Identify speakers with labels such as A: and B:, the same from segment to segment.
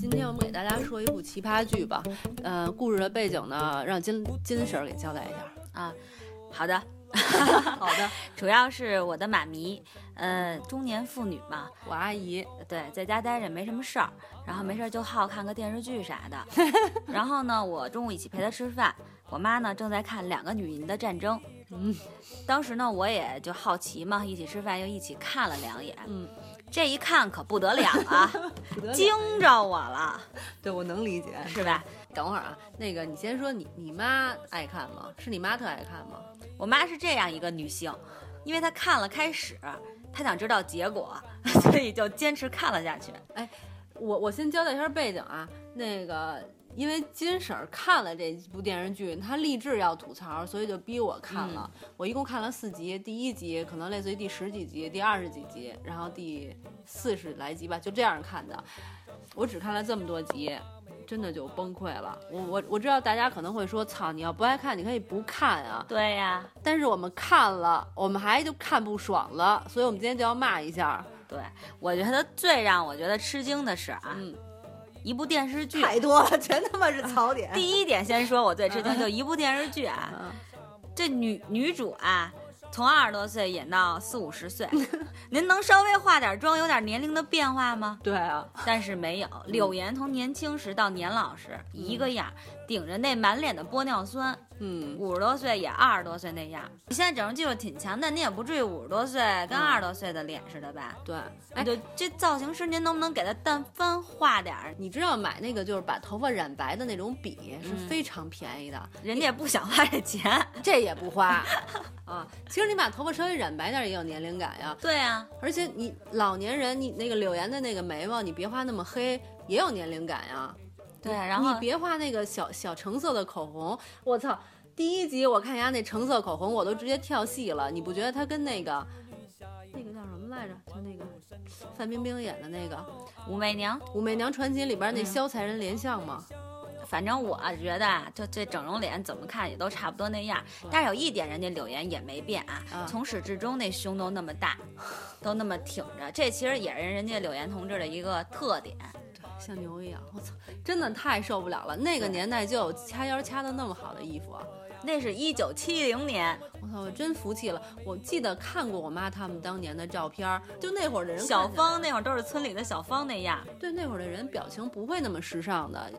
A: 今天我们给大家说一部奇葩剧吧，呃，故事的背景呢，让金金婶儿给交代一下。
B: 啊，好的，
A: 好的，
B: 主要是我的妈咪，呃，中年妇女嘛，
A: 我阿姨，
B: 对，在家待着也没什么事儿，然后没事儿就好看个电视剧啥的。然后呢，我中午一起陪她吃饭，我妈呢正在看《两个女人的战争》。
A: 嗯，
B: 当时呢我也就好奇嘛，一起吃饭又一起看了两眼，
A: 嗯，
B: 这一看可不得了啊，惊着我了，
A: 对我能理解。
B: 是吧？
A: 等会儿啊，那个你先说你你妈爱看吗？是你妈特爱看吗？
B: 我妈是这样一个女性，因为她看了开始，她想知道结果，所以就坚持看了下去。
A: 我我先交代一下背景啊，那个因为金婶儿看了这部电视剧，她立志要吐槽，所以就逼我看了。
C: 嗯
A: 我一共看了四集，第一集可能类似于第十几集、第二十几集，然后第四十来集吧，就这样看的。我只看了这么多集。真的就崩溃了，我我我知道大家可能会说，操，你要不爱看，你可以不看啊。
B: 对呀、
A: 但是我们看了，我们还就看不爽了，所以我们今天就要骂一下。
B: 对，我觉得最让我觉得吃惊的是啊，
A: 嗯，
B: 一部电视剧。
C: 太多了，全他妈是槽点。
B: 第一点先说，我最吃惊就一部电视剧啊，
A: 啊
B: 这女女主啊，从二十多岁演到四五十岁，您能稍微化点妆，有点年龄的变化吗？
A: 对啊，
B: 但是没有，柳岩从年轻时到年老时一个样儿，顶着那满脸的玻尿酸，
A: 嗯，
B: 五十多岁也二十多岁那样儿。你现在整容技术挺强的，你也不至于五十多岁
A: 嗯
B: 跟二十多岁的脸似的吧？
A: 对，哎
B: 哎，，就这造型师，您能不能给他但凡画点儿？
A: 你知道买那个就是把头发染白的那种笔是
B: 嗯
A: 非常便宜的，
B: 人家也不想花这钱。
A: 这也不 花啊。其实你把头发稍微染白点儿也有年龄感呀，
B: 对啊，
A: 而且你老年人你那个柳岩的那个眉毛你别画那么黑，也有年龄感呀。
B: 对啊，
A: 你
B: 然后
A: 你别画那个小小橙色的口红，我操！第一集我看人家那橙色口红，我都直接跳戏了。你不觉得他跟那个那个叫什么来着？就那个范冰冰演的那个《
B: 武媚娘，
A: 武媚娘传奇》里边那
B: 嗯
A: 萧才人怜香吗？
B: 反正我觉得啊，就这整容脸怎么看也都差不多那样
A: 对。
B: 但是有一点，人家柳岩也没变啊，
A: 啊
B: 从始至终那胸都那么大，都那么挺着。这其实也是人家柳岩同志的一个特点。
A: 像牛一样，我操，真的太受不了了。那个
B: 对
A: 年代就有掐腰掐的那么好的衣服啊，
B: 那是一九七零年，
A: 我操，我真服气了。我记得看过我妈他们当年的照片儿，就那会儿的人看起来，
B: 小芳那会儿都是村里的小芳那样。
A: 对那会儿的人表情不会那么时尚的，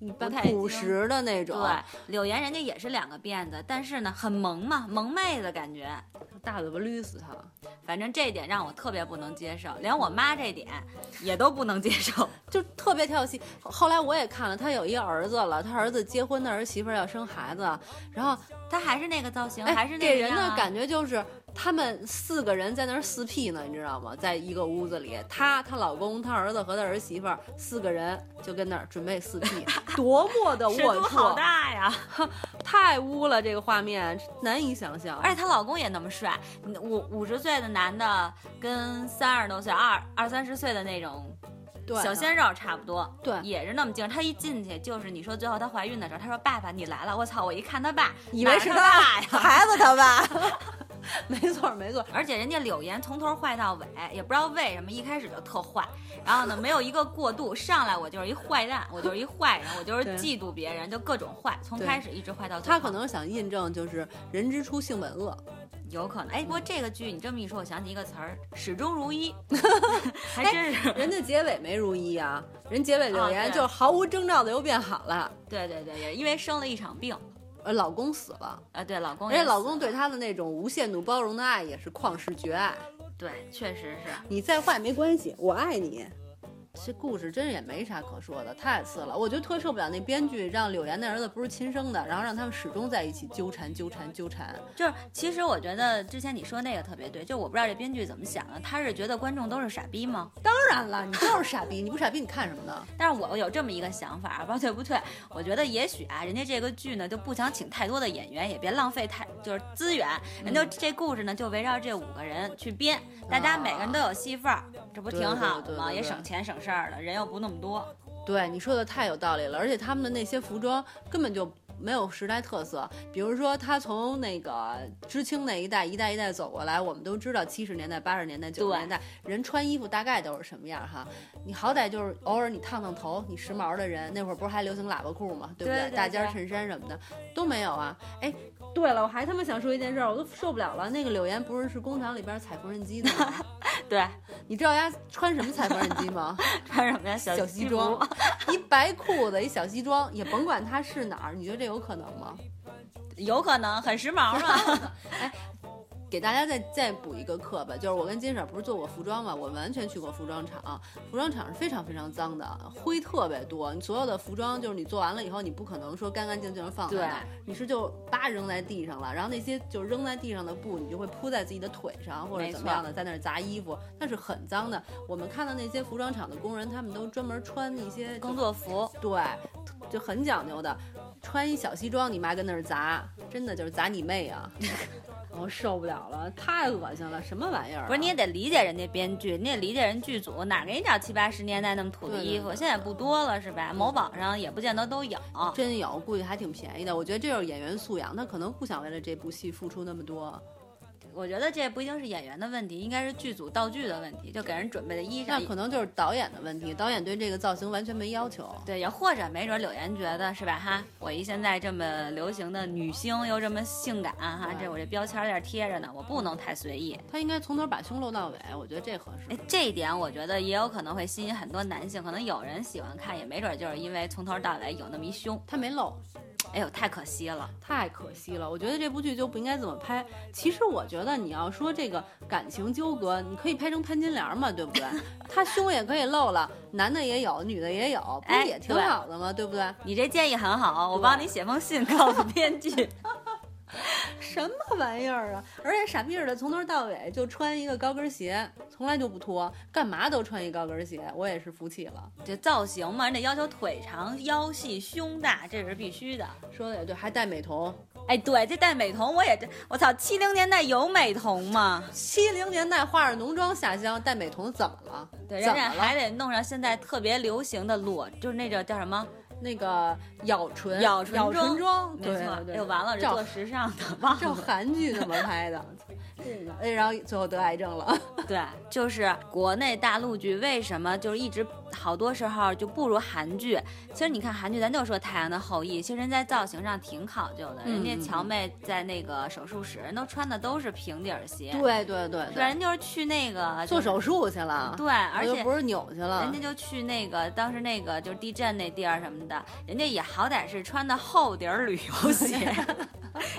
A: 一般
B: 嗯太
A: 朴
B: 精
A: 实的那种，
B: 对，柳岩人家也是两个辫子，但是呢，很萌嘛，萌妹的感觉。
A: 大嘴巴捋死他。
B: 反正这一点让我特别不能接受，连我妈这点也都不能接受。
A: 就特别跳戏。后来我也看了，他有一个儿子了，他儿子结婚，他儿媳妇儿要生孩子，然后
B: 她还是那个造型，
A: 哎
B: 还是那
A: 给
B: 个
A: 人
B: 样
A: 的
B: 啊
A: 感觉就是他们四个人在那儿四 P 呢，你知道吗？在一个屋子里，她、她老公、她儿子和她儿媳妇儿四个人就跟那儿准备四 P，多么的
B: 尺
A: 龌
B: 度好
A: 龊，
B: 大呀！
A: 太污了，这个画面难以想象。
B: 而且她老公也那么帅，五五十岁的男的跟三十多岁、二二三十岁的那种
A: 对啊
B: 小鲜肉差不多，
A: 对
B: 也是那么精神。她一进去就是你说最后她怀孕的时候，她说爸爸你来了，我操！我一看她爸，
A: 以
B: 哪
A: 为
B: 儿
A: 是
B: 她
A: 他
B: 爸呀。
C: 孩子他爸，
A: 没错没错，
B: 而且人家柳岩从头坏到尾，也不知道为什么一开始就特坏，然后呢没有一个过渡，上来我就是一坏蛋，我就是一坏人，我就是
A: 对
B: 嫉妒别人，就各种坏，从
A: 对
B: 开始一直坏到最后。
A: 他可能想印证就是人之初性本恶，
B: 有可
A: 嗯
B: 能，哎，不过这个剧你这么一说，我想起一个词儿，始终 如一，还真是。
A: 人家结尾没如意啊，人结尾柳
B: 啊
A: 岩
B: 对
A: 就是毫无征兆的又变好了。
B: 对对对，也因为生了一场病
A: 呃，老公死了，
B: 啊，对，老公
A: 而
B: 也
A: 且哎老
B: 死
A: 公对她的那种无限度包容的爱也是旷世绝爱。
B: 对，确实是，
A: 你再坏没关系，我爱你。这故事真是也没啥可说的，太次了。我就特受不了那编剧让柳岩的儿子不是亲生的，然后让他们始终在一起纠缠、纠缠、纠缠。
B: 就是其实我觉得之前你说那个特别对，就我不知道这编剧怎么想的，他是觉得观众都是傻逼吗？
A: 当然了，你就是傻逼，你不傻逼你看什么呢？
B: 但是我有这么一个想法，不 知道对不对？我觉得也许啊，人家这个剧呢就不想请太多的演员，也别浪费太就是资源，
A: 嗯
B: 人家这故事呢就围绕这五个人去编，大家每个人都有戏份儿，这不
A: 对
B: 挺
A: 对
B: 好
A: 啊对
B: 的吗？
A: 对
B: 也
A: 对
B: 省钱省 事儿了，人又不那么多。
A: 对，你说的太有道理了，而且他们的那些服装根本就没有时代特色。比如说，他从那个知青那一代一代一代走过来，我们都知道七十年代、八十年代、九十
B: 对
A: 年代人穿衣服大概都是什么样哈。你好歹就是偶尔你烫烫头，你时髦的人那会儿不是还流行喇叭裤吗？对不
B: 对对
A: 大肩儿
B: 对
A: 衬衫什么的都没有啊。哎，对了，我还他妈想说一件事儿，我都受不了了。那个柳岩不是是工厂里边采缝纫机的吗？
B: 对，
A: 你知道人家穿什么采缝纫机吗？
B: 穿什么呀？小
A: 小
B: 西
A: 西装，一白裤子，一小西装，也甭管它是哪儿，你觉得这有可能吗？
B: 有可能很时髦啊嘛。
A: 给大家再再补一个课吧，就是我跟金婶儿不是做过服装嘛，我们完全去过服装厂，服装厂是非常非常脏的，灰特别多。你所有的服装就是你做完了以后，你不可能说干干净净地放在
B: 对
A: 那儿，你是就叭扔在地上了，然后那些就是扔在地上的布，你就会铺在自己的腿上或者
B: 没
A: 怎么
B: 错
A: 样的，在那儿砸衣服，那是很脏的。我们看到那些服装厂的工人，他们都专门穿一些
B: 工作服，
A: 对，就很讲究的，穿一小西装，你妈跟那儿砸，真的就是砸你妹 啊！我、受不了了，太恶心了，什么玩意儿啊、
B: 不是你也得理解人家编剧，你也理解人剧组，哪给你找七八十年代那么土的
A: 对对
B: 衣服？现在不多了是吧？某宝上也不见得都有。
A: 真有，估计还挺便宜的。我觉得这就是演员素养，他可能不想为了这部戏付出那么多。
B: 我觉得这不一定是演员的问题，应该是剧组道具的问题，就给人准备的衣
A: 那
B: 裳
A: 可。能就是导演的问题，导演对这个造型完全没要求。
B: 对，也或者没准柳岩觉得是吧？哈，我一现在这么流行的女星又这么性感哈，
A: 对
B: 这我这标签儿有点贴着呢，我不能太随意。
A: 他应该从头把胸露到尾，我觉得这合适
B: 哎。，这一点我觉得也有可能会吸引很多男性，可能有人喜欢看，也没准就是因为从头到尾有那么一胸。
A: 他没露，
B: 哎呦，太可惜了。
A: 太可惜了。我觉得这部剧就不应该这么拍。其实我觉得你要说这个感情纠葛，你可以拍成潘金莲嘛，对 不对？他胸也可以露了，男的也有，女的也有，不
B: 哎
A: 是也挺
B: 对
A: 好的吗？对不对？
B: 你这建议很好，我
A: 对
B: 帮你写封信告诉编剧。
A: 什么玩意儿啊！而且傻逼似的，从头到尾就穿一个高跟鞋，从来就不脱，干嘛都穿一高跟鞋，我也是服气了。
B: 这造型嘛，人得要求腿长、腰细、胸大，这是必须的。
A: 说的也对，还戴美瞳。
B: 哎，对，这戴美瞳我也这，我操，七零年代有美瞳吗？
A: 七零年代化着浓妆下乡，戴美瞳怎么了？
B: 对，
A: 怎
B: 人家
A: 么了？
B: 还得弄上现在特别流行的裸，就是那种叫什么？
A: 那个咬唇，
B: 咬
A: 咬
B: 唇妆
A: 唇妆，
B: 没
A: 对
B: 错，
A: 对对，
B: 哎呦完了，这
A: 照
B: 做时尚的， 忘
A: 照
B: 了。
A: 韩剧那么拍 的，这个，哎，然后最后得癌症了，
B: 对，就是国内大陆剧为什么就是一直好多时候就不如韩剧？其实你看韩剧，咱就说《太阳的后裔》，其实人在造型上挺考究的，人家
A: 嗯嗯
B: 乔妹在那个手术室，人都穿的都是平底儿鞋，
A: 对对 对
B: 对，，人就是去那个
A: 做
B: 就是
A: 手术去了，
B: 对，而
A: 我
B: 且
A: 又不是扭去了
B: 人家，就去那个当时那个就是地震那地儿什么的，人家也好歹是穿的厚底儿旅 游鞋，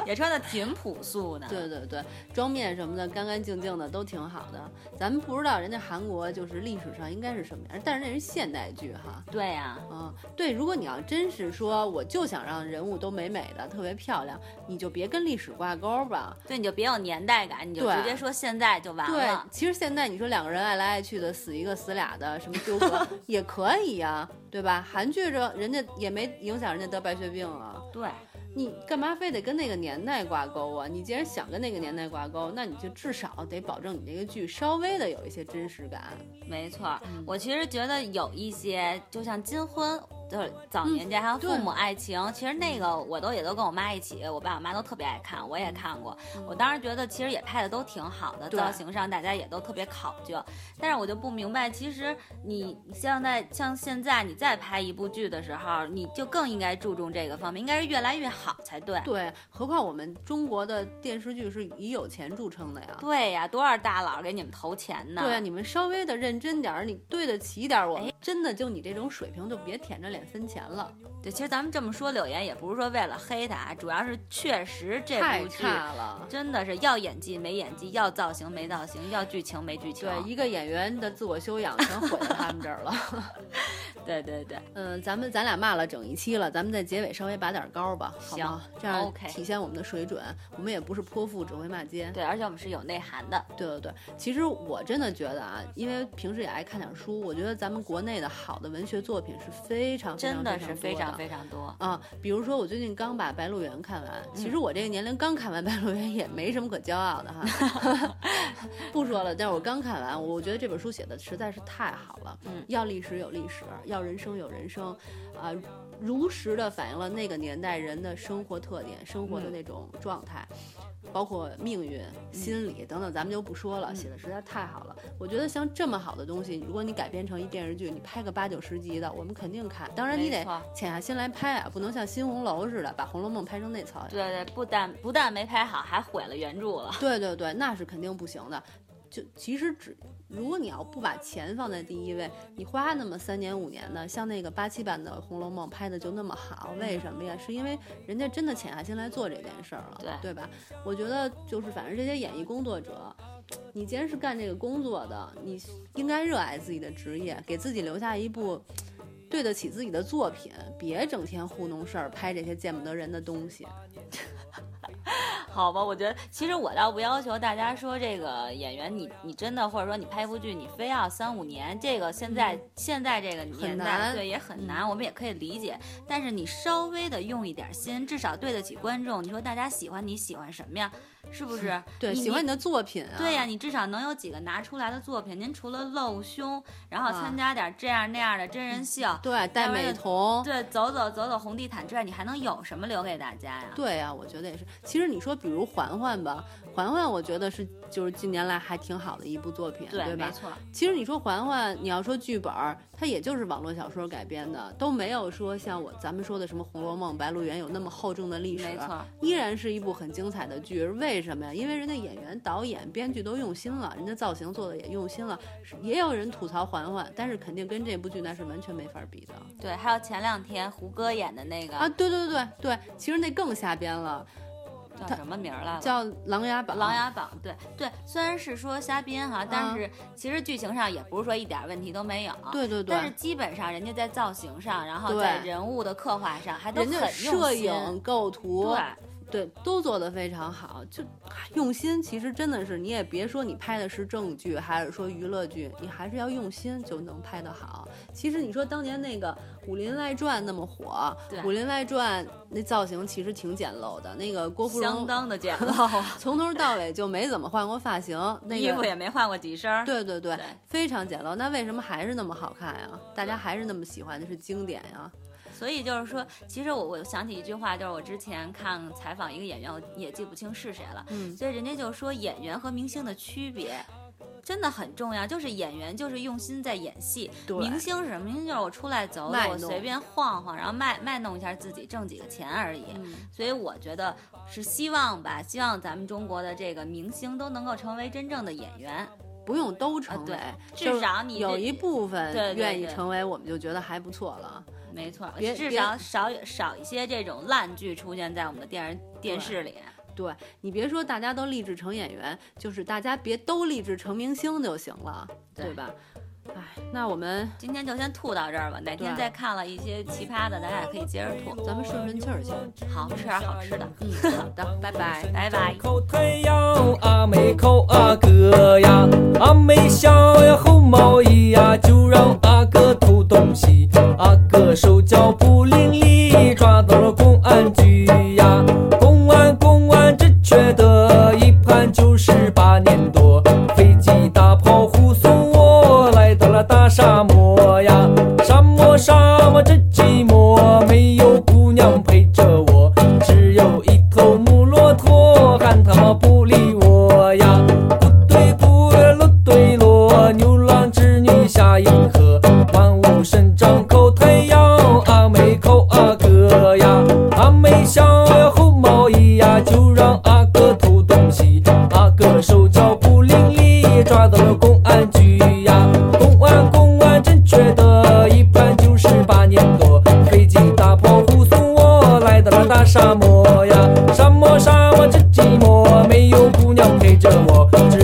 B: 也穿的挺朴素的。
A: 对对对，妆面什么的干干净净的都挺好的，咱们不知道人家韩国就是历史上应该是什么样，但是那是现代剧哈。
B: 对啊呀、
A: 嗯，对，如果你要真是说我就想让人物都美美的、特别漂亮，你就别跟历史挂钩吧。
B: 对，你就别有年代感，你就
A: 对
B: 直接说现在就完
A: 对
B: 了，。
A: 其实现在你说两个人爱来爱去的，死一个死俩的，什么纠 葛也可以呀、对吧？韩剧这人家也没影响人家得白血病啊，
B: 对
A: 你干嘛非得跟那个年代挂钩啊？你既然想跟那个年代挂钩，那你就至少得保证你这个剧稍微的有一些真实感。
B: 没错儿。
A: 嗯
B: 我其实觉得有一些，就像金婚。就是早年间还有《
A: 嗯对
B: 父母爱情》其实那个我都也都跟我妈一起，我爸我妈都特别爱看，我也看过。我当时觉得其实也拍的都挺好的，
A: 嗯对
B: 造型上大家也都特别考究。但是我就不明白，其实你像在像现在你再拍一部剧的时候，你就更应该注重这个方面，应该是越来越好才对。
A: 对，何况我们中国的电视剧是以有钱著称的呀。
B: 对呀、多少大佬给你们投钱呢？
A: 对啊，你们稍微的认真点儿，你对得起点儿我们
B: 哎。
A: 真的就你这种水平，就别舔着脸分钱了，
B: 对，其实咱们这么说，柳岩也不是说为了黑她啊，主要是确实这
A: 太
B: 部剧
A: 差了。
B: 真的是要演技没演技，要造型没造型，要剧情没剧情。
A: 对，一个演员的自我修养全毁在他们这儿 了。
B: 对对对
A: 嗯，咱们咱俩骂了整一期了，咱们在结尾稍微拔点高吧，好吗？
B: 行
A: 这样
B: OK
A: 体现我们的水准。我们也不是泼妇，只会骂街。
B: 对，而且我们是有内涵的。
A: 对对对，其实我真的觉得啊，因为平时也爱看点书，我觉得咱们国内的好的文学作品是非常非
B: 真
A: 常
B: 的是非
A: 多
B: 常
A: 的
B: 非常多，
A: 啊，比如说我最近刚把《白鹿原》看完，其实
B: 嗯
A: 我这个年龄刚看完《白鹿原》也没什么可骄傲的 哈，不说了。但是我刚看完，我觉得这本书写的实在是太好了。
B: 嗯
A: 要历史有历史，要人生有人生，啊、如实的反映了那个年代人的生活特点、生活
B: 嗯
A: 的那种状态，包括命运、
B: 嗯
A: 心理等等，咱们就不说了。写的实在太好了，我觉得像这么好的东西，如果你改编成一电视剧，你拍个八九十集的，我们肯定看。当然，你
B: 没
A: 得
B: 错
A: 潜下心来拍啊，不能像新红楼似的把《红楼梦》拍成那操样。
B: 对对，不但不但没拍好，还毁了原著了。
A: 对对对，那是肯定不行的。就其实只，如果你要不把钱放在第一位，你花那么三年五年的，像那个八七版的《红楼梦》拍的就那么好，为什么呀？是因为人家真的潜下心来做这件事儿了，
B: 对
A: 对吧？我觉得就是，反正这些演艺工作者，你既然是干这个工作的，你应该热爱自己的职业，给自己留下一部对得起自己的作品，别整天糊弄事儿，拍这些见不得人的东西。
B: 好吧，我觉得其实我倒不要求大家说这个演员你你真的或者说你拍一部剧你非要三五年，这个现在、现在这个年代
A: 难嗯
B: 对也很难，我们也可以理解。但是你稍微的用一点心，至少对得起观众。你说大家喜欢你喜欢什么呀？是不是？
A: 嗯对，
B: 你
A: 喜欢
B: 你
A: 你的作品啊。
B: 对呀、你至少能有几个拿出来的作品。您除了露胸，然后
A: 啊
B: 参加点这样那样的真人秀，
A: 对，戴
B: 然
A: 美
B: 就
A: 瞳。
B: 对，走走走走红地毯之外，你还能有什么留给大家呀？
A: 对啊，我觉得也是。其实你说，比如环环吧，环环我觉得是就是近年来还挺好的一部作品，对
B: 没
A: 吧？
B: 错，
A: 其实你说环环，你要说剧本儿，它也就是网络小说改编的，都没有说像我咱们说的什么《红楼梦》《白鹿原》有那么厚重的历史，
B: 没错，
A: 依然是一部很精彩的剧。为什么呀？因为人家演员、导演、编剧都用心了，人家造型做的也用心了。是也有人吐槽环环，但是肯定跟这部剧那是完全没法比的。
B: 对。还有前两天胡歌演的那个
A: 啊，对对对对，其实那更瞎编了，
B: 叫
A: 他
B: 什么名儿来了？
A: 叫《琅琊榜》。
B: 琅琊榜，对对，虽然是说瞎编哈，但是其实剧情上也不是说一点问题都没有。
A: 嗯对对对，
B: 但是基本上人家在造型上，然后
A: 对
B: 在人物的刻画上，还都
A: 人
B: 很
A: 家
B: 用心。
A: 摄影、构图，
B: 对，
A: 对都做得非常好，就哎用心。其实真的是，你也别说你拍的是正剧，还是说娱乐剧，你还是要用心就能拍得好。其实你说当年那个《武林外传》那么火，
B: 对
A: 《武林外传》那造型其实挺简陋的，那个郭芙
B: 相
A: 蓉
B: 当的简陋啊，
A: 从头到尾就没怎么换过发型，那个
B: 衣服也没换过几身儿。
A: 对对对，
B: 对
A: 非常简陋。那为什么还是那么好看呀？大家还是那么喜欢，那是经典呀。
B: 所以就是说，其实我我想起一句话，就是我之前看采访一个演员，我也记不清是谁了。
A: 嗯
B: 所以人家就说演员和明星的区别。真的很重要，就是演员就是用心在演戏，
A: 对
B: 明星是什么？明星就是我出来走走，
A: 卖
B: 我
A: 弄
B: 随便晃晃，然后卖卖弄一下自己，挣几个钱而已。
A: 嗯
B: 所以我觉得是希望吧，希望咱们中国的这个明星都能够成为真正的演员，
A: 不用都成为，
B: 啊
A: 就是
B: 至少你
A: 有
B: 这
A: 一部分
B: 对对对
A: 愿意成为，我们就觉得还不错了。
B: 没错，
A: 别
B: 至
A: 别
B: 少少少一些这种烂剧出现在我们的电视电视里。
A: 对你别说大家都立志成演员，就是大家别都立志成明星就行了，
B: 对
A: 对吧？哎，那我们
B: 今天就先吐到这儿吧，哪天
A: 对
B: 再看了一些奇葩的，咱俩可以接着吐。
A: 咱们顺顺气儿去。
B: 好吃点好吃的，
A: 嗯，好的，拜拜。
B: 拜拜。
D: 口袋呀，阿妹扣阿哥呀，阿妹小呀红毛衣呀，就让阿哥偷东西，阿哥手脚不伶俐，抓到了公安局呀，公安公安只觉得一判就是八年多，飞机大炮护送我来到了大沙漠呀，沙漠沙漠真寂寞，没有姑娘陪着我，只有一头母骆驼，看他们不理我呀。不对不对，路对路，牛郎织女下银河，万物生长靠太阳，阿妹靠阿哥呀，阿妹想要红毛衣哎呀，就让阿哥偷东西，阿哥手脚不伶俐，抓到了公安局呀，公安公安真觉得一判就是八年多，飞机大炮护送我来到了大沙漠呀，沙漠沙漠真寂寞，没有姑娘陪着我。只